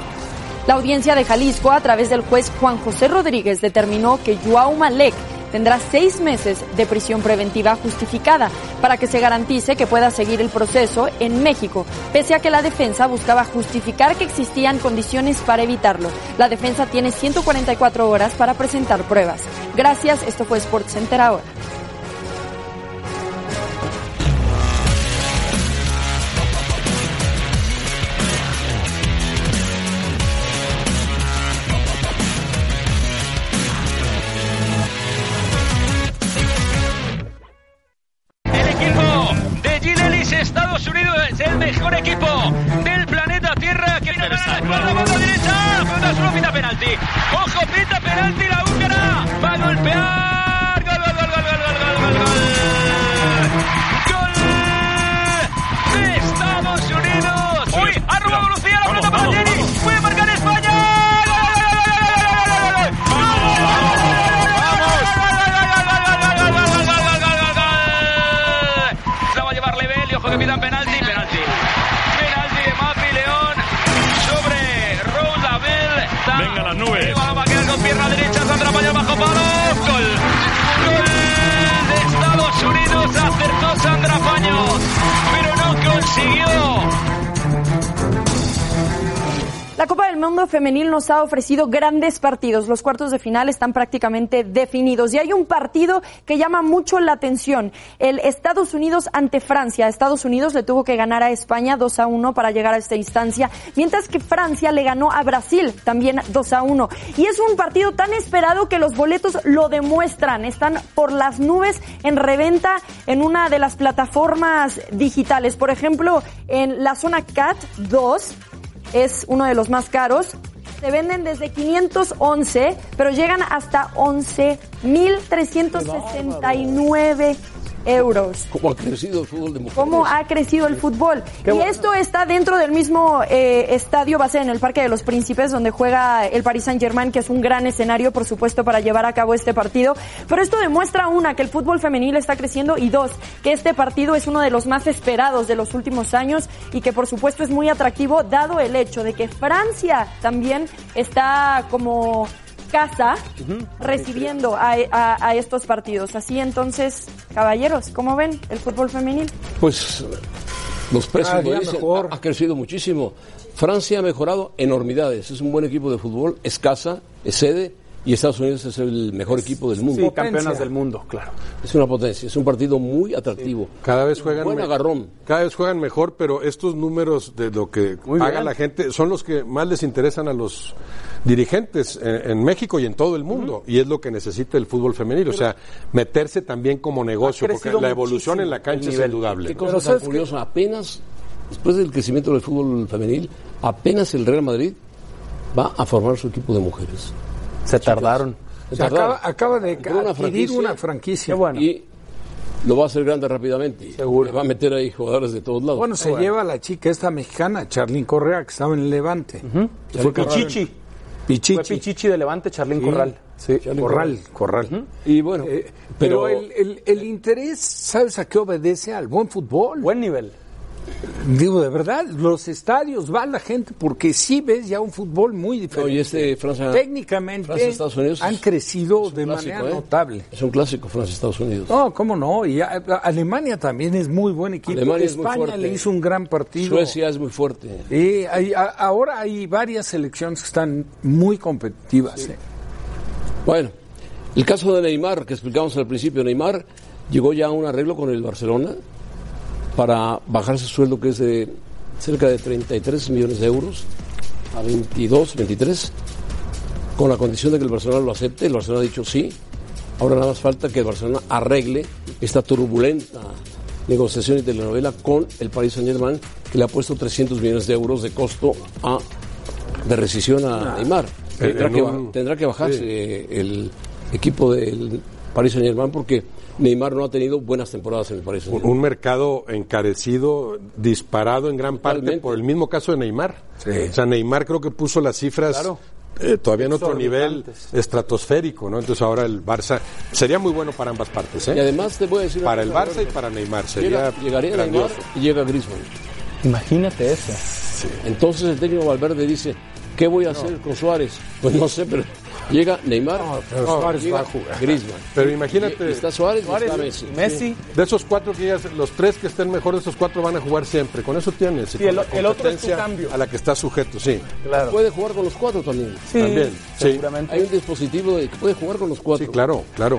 La audiencia de Jalisco, a través del juez Juan José Rodríguez, determinó que Joao Malek tendrá seis meses de prisión preventiva justificada para que se garantice que pueda seguir el proceso en México, pese a que la defensa buscaba justificar que existían condiciones para evitarlo. La defensa tiene 144 horas para presentar pruebas. Gracias, esto fue SportsCenter ahora. partido es el mejor equipo del planeta Tierra que viene a la espalda por la derecha. Pelota solo pita penalti. Ojo, pita penalti la húngara. Va a golpear. Gol, gol, gol, gol, gol, gol, gol, gol, gol. Gol de Estados Unidos. Uy, ha robado Lucía la pelota para Jenny. Puede marcar España. La va a llevar Lebel y ojo que pitan penalti. Penalti. Penalti de Mapi León sobre Raúl Abel. Venga las nubes. Va a quedar con pierna derecha. Sandra Paya bajo palo. Gol. Gol de Estados Unidos. Acertó Sandra Paños. Pero no consiguió. La Copa del Mundo Femenil nos ha ofrecido grandes partidos. Los cuartos de final están prácticamente definidos. Y hay un partido que llama mucho la atención. El Estados Unidos ante Francia. Estados Unidos le tuvo que ganar a España 2 a 1 para llegar a esta instancia. Mientras que Francia le ganó a Brasil también 2 a 1. Y es un partido tan esperado que los boletos lo demuestran. Están por las nubes en reventa en una de las plataformas digitales. Por ejemplo, en la zona CAT 2 es uno de los más caros. Se venden desde 511, pero llegan hasta 11.369 euros. ¿Cómo ha crecido el fútbol de mujeres? ¿Cómo ha crecido el fútbol? Qué y bueno. esto está dentro del mismo eh, estadio, va a ser en el Parque de los Príncipes, donde juega el Paris Saint Germain, que es un gran escenario, por supuesto, para llevar a cabo este partido. Pero esto demuestra, una, que el fútbol femenil está creciendo y dos, que este partido es uno de los más esperados de los últimos años y que, por supuesto, es muy atractivo, dado el hecho de que Francia también está como casa recibiendo a, a- a estos partidos. Así entonces, caballeros, ¿cómo ven el fútbol femenil? Pues los precios Ah, lo ya dicen, ha, ha crecido muchísimo. Francia ha mejorado enormidades. Es un buen equipo de fútbol, es casa, es sede y Estados Unidos es el mejor equipo del mundo. Sí, campeonas del mundo, claro. Es una potencia, es un partido muy atractivo. Cada vez juegan Buen me- agarrón. Cada vez juegan mejor, pero estos números de lo que Muy haga bien. la gente son los que más les interesan a los dirigentes en, en México y en todo el mundo. Y es lo que necesita el fútbol femenino. O sea, meterse también como negocio, porque crecido la evolución muchísimo en la cancha el es nivel. indudable. Qué cosa tan curiosa. Apenas, después del crecimiento del fútbol femenil, apenas el Real Madrid va a formar su equipo de mujeres. Se tardaron. O sea, acaba, acaba de adquirir una franquicia. Y lo va a hacer grande rápidamente. Seguro. Va a meter ahí jugadores de todos lados. Bueno, se lleva la chica esta mexicana, Charlyn Correa, que estaba en Levante. Que Fue Corral. Pichichi. Pichichi. Fue Pichichi de Levante, Charlín Corral. Sí, Corral, Corral. Y bueno, Eh, pero, pero- el, el- el interés, ¿sabes a qué obedece? Al buen fútbol. Buen nivel. Digo, de verdad, los estadios va la gente porque sí ves ya un fútbol muy diferente. y este Francia- Técnicamente Francia-Estados Unidos han crecido de clásico, manera ¿eh? notable. Es un clásico Francia-Estados Unidos. No, cómo no. Y a- a- Alemania también es muy buen equipo. Alemania es muy España fuerte. le hizo un gran partido. Suecia es muy fuerte. Sí, hay- a- ahora hay varias selecciones que están muy competitivas. ¿eh? Bueno, el caso de Neymar, que explicamos al principio, Neymar llegó ya a un arreglo con el Barcelona para bajar su sueldo que es de cerca de 33 millones de euros a 22, 23, con la condición de que el Barcelona lo acepte. El Barcelona ha dicho sí. Ahora nada más falta que el Barcelona arregle esta turbulenta negociación y telenovela con el Paris Saint-Germain, que le ha puesto 300 millones de euros de costo a, de rescisión a Neymar. En- Tendrá Ah. Eh, en que, un- ba- tendrá que bajarse el equipo del Paris Saint-Germain porque Neymar no ha tenido buenas temporadas en el Paris Un, Saint-Germain. un mercado encarecido, disparado en gran parte por el mismo caso de Neymar. O sea, Neymar creo que puso las cifras Claro. eh, todavía en otro nivel Exorbitantes. estratosférico, ¿no? Entonces ahora el Barça sería muy bueno para ambas partes, ¿eh? Y además te voy a decir una para el cosa, Barça y para Neymar sería Llega- llegaría grandioso. Neymar y llega Griezmann. Imagínate eso. Entonces el técnico Valverde dice, ¿qué voy a hacer con Suárez? Pues no sé, pero llega Neymar, pero Suárez llega va a jugar. Griezmann. Pero imagínate- Y- y está Suárez, y Suárez, está Messi. Messi. De esos cuatro que llegas, los tres que estén mejor de esos cuatro van a jugar siempre. Con eso tienes. Sí, con el- la el otro es tu competencia cambio. A la que está sujeto, sí. pues, Puede jugar con los cuatro también. Sí, También, sí. Hay un dispositivo de que puede jugar con los cuatro. Sí, claro, claro.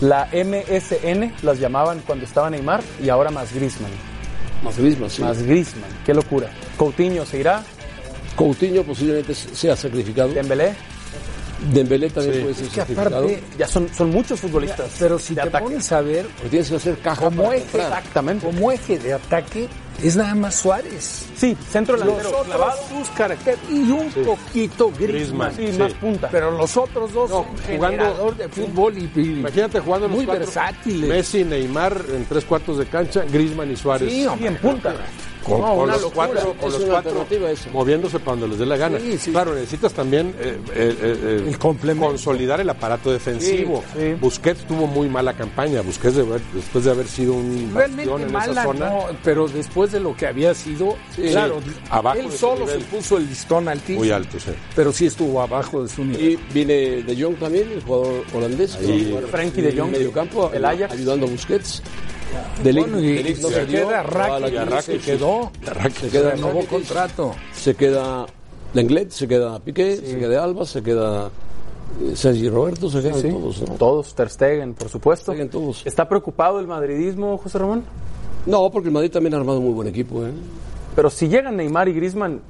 La MSN las llamaban cuando estaba Neymar y ahora más Griezmann. Más Griezmann, sí. Más Griezmann, qué locura. Coutinho se irá. Coutinho posiblemente sea sacrificado. Dembélé. Dembélé también puede ser Es que sacrificado. aparte- Ya son, son muchos futbolistas. Pero si de te ataque. pones a ver, Pero tienes que hacer caja como este, para eje, comprar. Exactamente. como eje de ataque, es nada más Suárez. Sí, centro Los delantero. otros clavado. sus caracteres y un poquito Griezmann. Sí, Sí. más punta. Pero los otros dos No, son jugando- generador de fútbol y, y- Imagínate jugando los muy cuatro. versátiles. Messi, Neymar en tres cuartos de cancha, Griezmann y Suárez. Sí, y hombre. en punta. Con, No, con una los locura. cuatro, con Es los una cuatro alternativa eso. moviéndose para donde les dé la gana. Sí, sí. Claro, necesitas también eh, eh, eh, eh, El complemento. consolidar el aparato defensivo. Sí, sí. Busquets tuvo muy mala campaña. Busquets de haber- después de haber sido un bastión Realmente en mala, esa zona. no, pero después de lo que había sido, claro, Sí, abajo él de su solo se nivel. puso el listón altísimo. Muy alto, sí. Pero sí estuvo abajo de su nivel. Y viene De Jong también, el jugador holandés. que va a jugar Frankie De Jong, En medio campo, el Ajax. ayudando a Busquets. De Ligt- Bueno, y De Ligt no se se dio, queda va a la Rakitic, Juventus, se quedó. Se Se queda renovó Rakitic, contrato. Se queda Lenglet, se queda Piqué, se queda Alba, se queda eh, Sergi Roberto, se quedan Sí, todos. ¿no? todos, Ter Stegen, por supuesto. Ter Stegen, todos. ¿Está preocupado el madridismo, José Ramón? No, porque el Madrid también ha armado un muy buen equipo. ¿eh? Pero si llegan Neymar y Griezmann,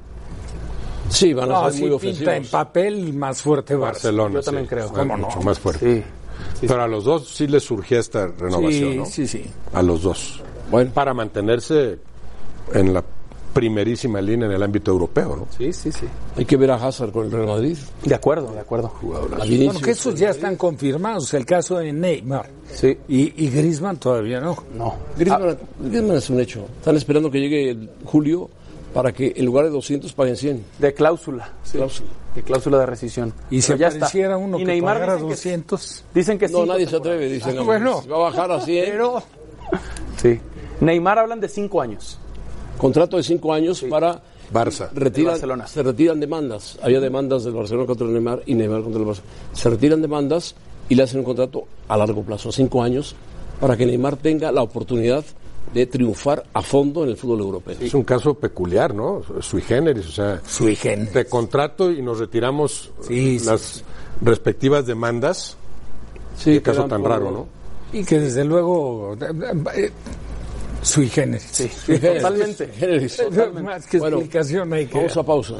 Sí, van a No, ser sí muy pinta en ofensivos. papel más fuerte Barcelona. Barcelona. Yo también sí, creo. está ¿Cómo mucho más fuerte. sí. Pero a los dos sí les surgía esta renovación, Sí, ¿no? sí, sí. A los dos. Bueno. Para mantenerse en la primerísima línea en el ámbito europeo, ¿no? Sí, sí, sí. Hay que ver a Hazard con el Real Madrid. De acuerdo, de acuerdo. A Bueno, Vinicius. que esos ya están confirmados. El caso de Neymar. pues, Sí. Y, y Griezmann todavía no. No. Griezmann, Griezmann es un hecho. Están esperando que llegue el julio para que en lugar de 200 paguen 100. De cláusula. Cláusula. De cláusula de rescisión. Y si Pero ya apareciera está. uno y que Neymar pagara dicen que- 200. Dicen que No, cinco nadie se temporadas. atreve. Dicen, Ah, bueno. "Se va a bajar a 100. Pero Sí. Neymar hablan de cinco años. Contrato de 5 años para... Barça. Retiran- Del Barcelona. se retiran demandas. Había demandas del Barcelona contra el Neymar y Neymar contra el Barcelona. Se retiran demandas y le hacen un contrato a largo plazo, a cinco años, para que Neymar tenga la oportunidad de triunfar a fondo en el fútbol europeo. Es un caso peculiar, ¿no? Sui generis, o sea, sui generis. te contrato y nos retiramos Sí, sí, las respectivas demandas. Sí, Qué caso quedan tan por- raro, ¿no? Y que desde luego. eh, sui generis. [LAUGHS] Sí. [LAUGHS] Totalmente. Generis. Más que Bueno, explicación hay que. vamos a pausa.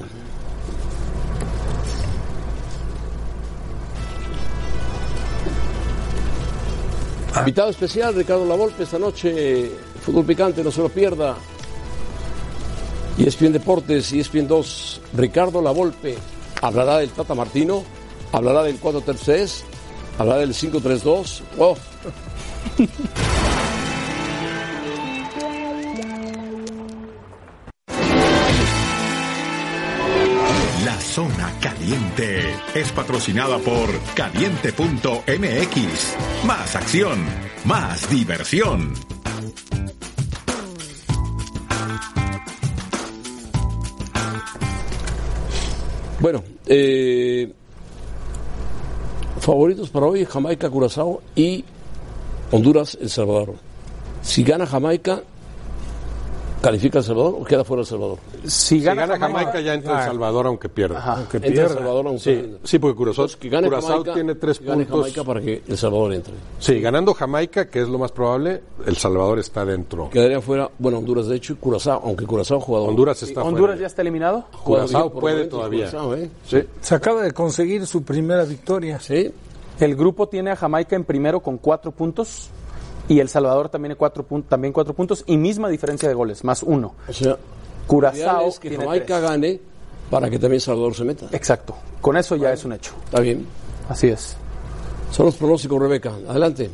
Invitado especial, Ricardo Lavolpe, esta noche, fútbol picante, no se lo pierda. E Y ESPN Deportes y ESPN 2, Ricardo Lavolpe hablará del Tata Martino, hablará del 4-3-3, hablará del 5-3-2. Oh, La zona caliente es patrocinada por caliente.mx. Más acción, más diversión. Bueno, eh, favoritos para hoy Jamaica, Curazao y Honduras, El Salvador. Si gana Jamaica, califica El Salvador o queda fuera El Salvador. Si Si gana, gana Jamaica ya entra El Salvador aunque pierda. aunque Entra El pierda. Salvador aunque Sí, sí, porque Curazao, Que gane Curazao Jamaica, tiene tres que gane puntos. Jamaica para que El Salvador entre. Sí, ganando Jamaica, que es lo más probable, El Salvador está dentro. Quedaría fuera, bueno, Honduras de hecho y Curazao, aunque Curazao jugador. Honduras está Honduras ya fuera. está eliminado. Jugador Curazao bien por puede momentos, todavía. Curazao, ¿eh? Se acaba de conseguir su primera victoria. Sí, El grupo tiene a Jamaica en primero con cuatro puntos y El Salvador también, cuatro, pun- también cuatro puntos y misma diferencia de goles, más uno. o sea, Curazao ideal es que tiene Jamaica tres. gane para que también Salvador se meta. Exacto. Con eso ya es un hecho. Está bien. Así es. Son los pronósticos, Rebeca. Adelante.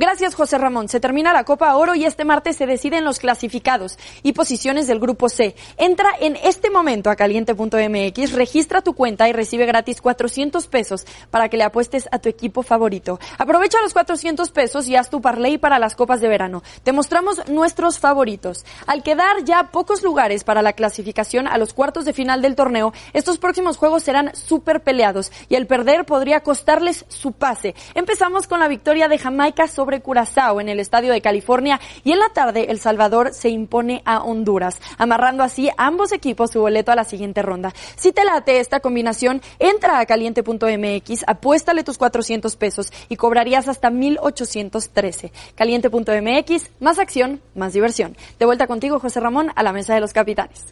Gracias, José Ramón. Se termina la Copa Oro y este martes se deciden los clasificados y posiciones del Grupo C. Entra en este momento a caliente.mx, registra tu cuenta y recibe gratis 400 pesos para que le apuestes a tu equipo favorito. Aprovecha los 400 pesos y haz tu parlay para las copas de verano. Te mostramos nuestros favoritos. Al quedar ya pocos lugares para la clasificación a los cuartos de final del torneo, estos próximos juegos serán súper peleados y el perder podría costarles su pase. Empezamos con la victoria de Jamaica sobre Curazao en el Estadio de California y en la tarde El Salvador se impone a Honduras, amarrando así ambos equipos su boleto a la siguiente ronda. Si te late esta combinación, entra a caliente.mx, apuéstale tus 400 pesos y cobrarías hasta 1813. Caliente.mx, más acción, más diversión. De vuelta contigo, José Ramón, a la mesa de los capitanes.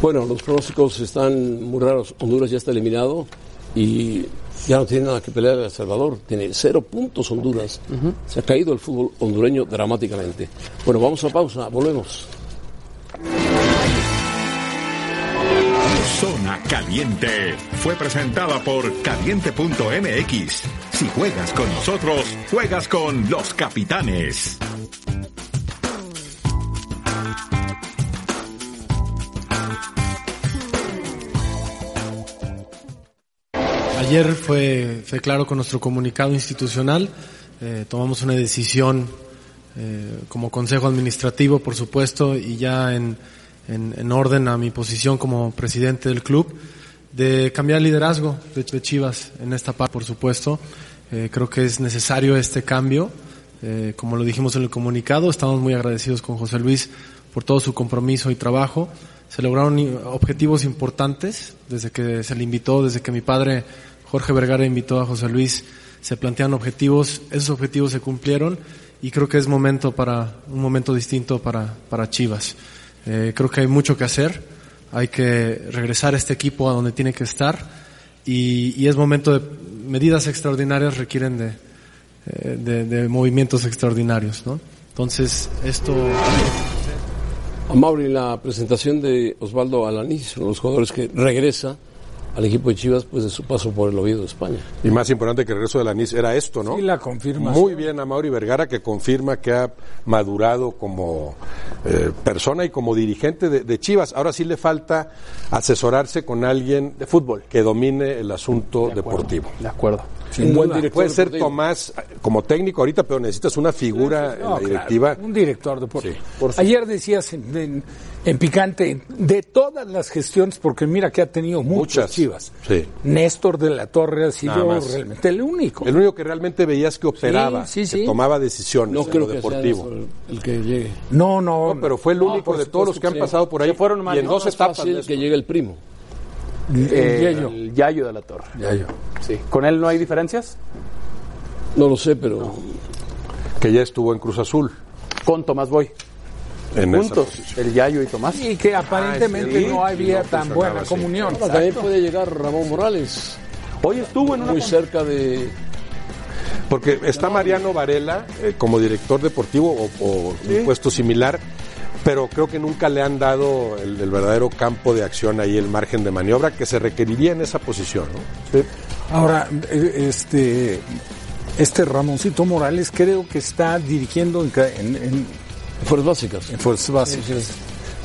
Bueno, los pronósticos están muy raros. Honduras ya está eliminado y ya no tiene nada que pelear El Salvador. Tiene cero puntos Honduras. Se ha caído el fútbol hondureño dramáticamente. Bueno, vamos a pausa, volvemos. Zona Caliente fue presentada por caliente.mx. Si juegas con nosotros, juegas con los capitanes. Ayer fue, fue claro con nuestro comunicado institucional. eh, tomamos una decisión eh, como consejo administrativo, por supuesto, y ya en, en- en orden a mi posición como presidente del club, de cambiar el liderazgo de, de Chivas en esta parte, por supuesto. Eh, creo que es necesario este cambio. Eh, como lo dijimos en el comunicado, estamos muy agradecidos con José Luis por todo su compromiso y trabajo. Se lograron i- objetivos importantes desde que se le invitó, desde que mi padre Jorge Vergara invitó a José Luis, se plantearon objetivos, esos objetivos se cumplieron y creo que es momento para un momento distinto para, para Chivas. Eh, creo que hay mucho que hacer, hay que regresar este equipo a donde tiene que estar y, y es momento de medidas extraordinarias requieren de, eh, de, de movimientos extraordinarios, ¿no? Entonces esto Amable, la presentación de Osvaldo Alanís, uno de los jugadores que regresa al equipo de Chivas pues de su paso por el Oviedo de España. Y más importante que el regreso de la NIS era esto, ¿no? Sí, la confirmación. Muy bien a Mauri Vergara que confirma que ha madurado como eh, persona y como dirigente de, de Chivas. Ahora sí le falta asesorarse con alguien de fútbol que domine el asunto deportivo. De acuerdo. Sin duda. Puede ser Tomás eh, como técnico ahorita, pero necesitas una figura en No, la claro, directiva. un director deportivo. Ayer decías en, en- en Picante, de todas las gestiones, porque mira que ha tenido muchas, Muchas. chivas. Sí. Néstor de la Torre ha Nada sido más. realmente el único. El único que realmente veías que operaba, Sí, sí, sí. que tomaba decisiones No en creo lo que sea deportivo. eso El que llegue. No, no. pero fue el No, único por de todos supuesto los que han que sí. pasado por ahí. Se fueron y mal, en ¿no? dos Más etapas. fácil de esto. que llegue el primo. Eh, Yayo. el Yayo de la Torre. Yayo. Sí. ¿Con él no hay diferencias? No lo sé, pero... Que ya estuvo en Cruz Azul. Con Tomás Boy. En esa Juntos, el Yayo y Tomás. Y que aparentemente no pues, había tan buena comunión. Ahora, también Exacto. puede llegar Ramón Morales. Hoy estuvo en una muy cerca de Porque está Mariano Varela eh, como director deportivo o, o un puesto similar, pero creo que nunca le han dado el, el verdadero campo de acción ahí, el margen de maniobra que se requeriría en esa posición. ¿no? Ahora, eh, este, este Ramoncito Morales creo que está dirigiendo en, ca- en- en- Fuerzas Básicas. En Fuerzas Básicas.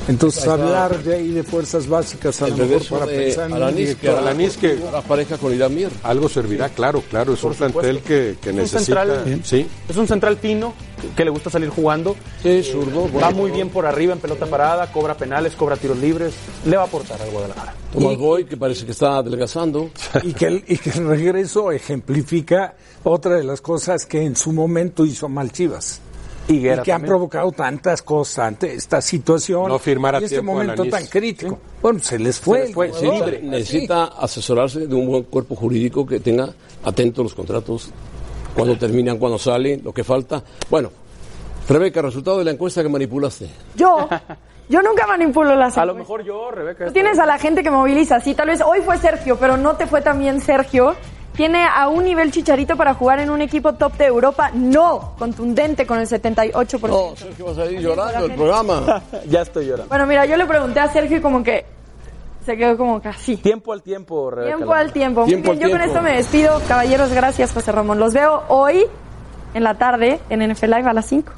Entonces, Ahí está. hablar de ahí de Fuerzas Básicas a el lo mejor regreso para de pensar en un Alanis, que director. Alanis que pareja con Irán Mier. Algo servirá, claro, claro, es un plantel que, que Es un necesita. central. Sí. Es un central fino que le gusta salir jugando. Sí, zurdo. Va bueno. muy bien por arriba en pelota parada, cobra penales, cobra tiros libres. Le va a aportar al Guadalajara. Tomás Boy, que parece que está adelgazando. y que, el, y que el regreso ejemplifica otra de las cosas que en su momento hizo mal Chivas. Higuera y que han también. provocado tantas cosas ante esta situación No firmar a y este tiempo a momento Alanis. tan crítico. Bueno, se les fue. el necesita, jugador. necesita asesorarse de un buen cuerpo jurídico que tenga atento los contratos, cuando terminan, cuando salen, lo que falta. Bueno, Rebeca, resultado de la encuesta que manipulaste. Yo, yo nunca manipulo las A lo encuestas. mejor yo, Rebeca. Tú tienes a la gente que moviliza, sí, tal vez hoy fue Sergio, pero no te fue también Sergio. Tiene a un nivel chicharito para jugar en un equipo top de Europa, no contundente con el 78%. Oh. No, Sergio, vas a ir llorando el gente. programa. ya estoy llorando. Bueno, mira, yo le pregunté a Sergio y como que se quedó como casi. Tiempo al tiempo, Rebeca. Tiempo al tiempo. Muy Tiempo bien, al yo con tiempo. esto me despido. Caballeros, gracias, José Ramón. Los veo hoy en la tarde en NFL Live a las 5.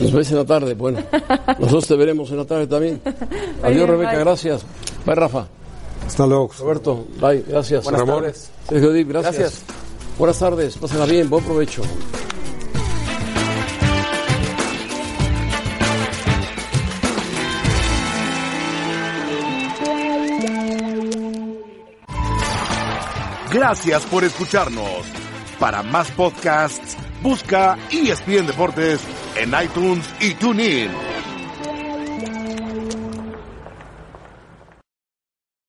Nos ves en la tarde, bueno. Nosotros te veremos en la tarde [LAUGHS] también. Adiós, bien, Rebeca, bye. gracias. Bye, Rafa. Hasta luego. Roberto, bye, gracias. Buenas Ramón. tardes. Sergio Dip, gracias. Gracias. Buenas tardes, pásenla bien, buen provecho. Gracias por escucharnos. Para más podcasts, busca ESPN Deportes en iTunes y TuneIn.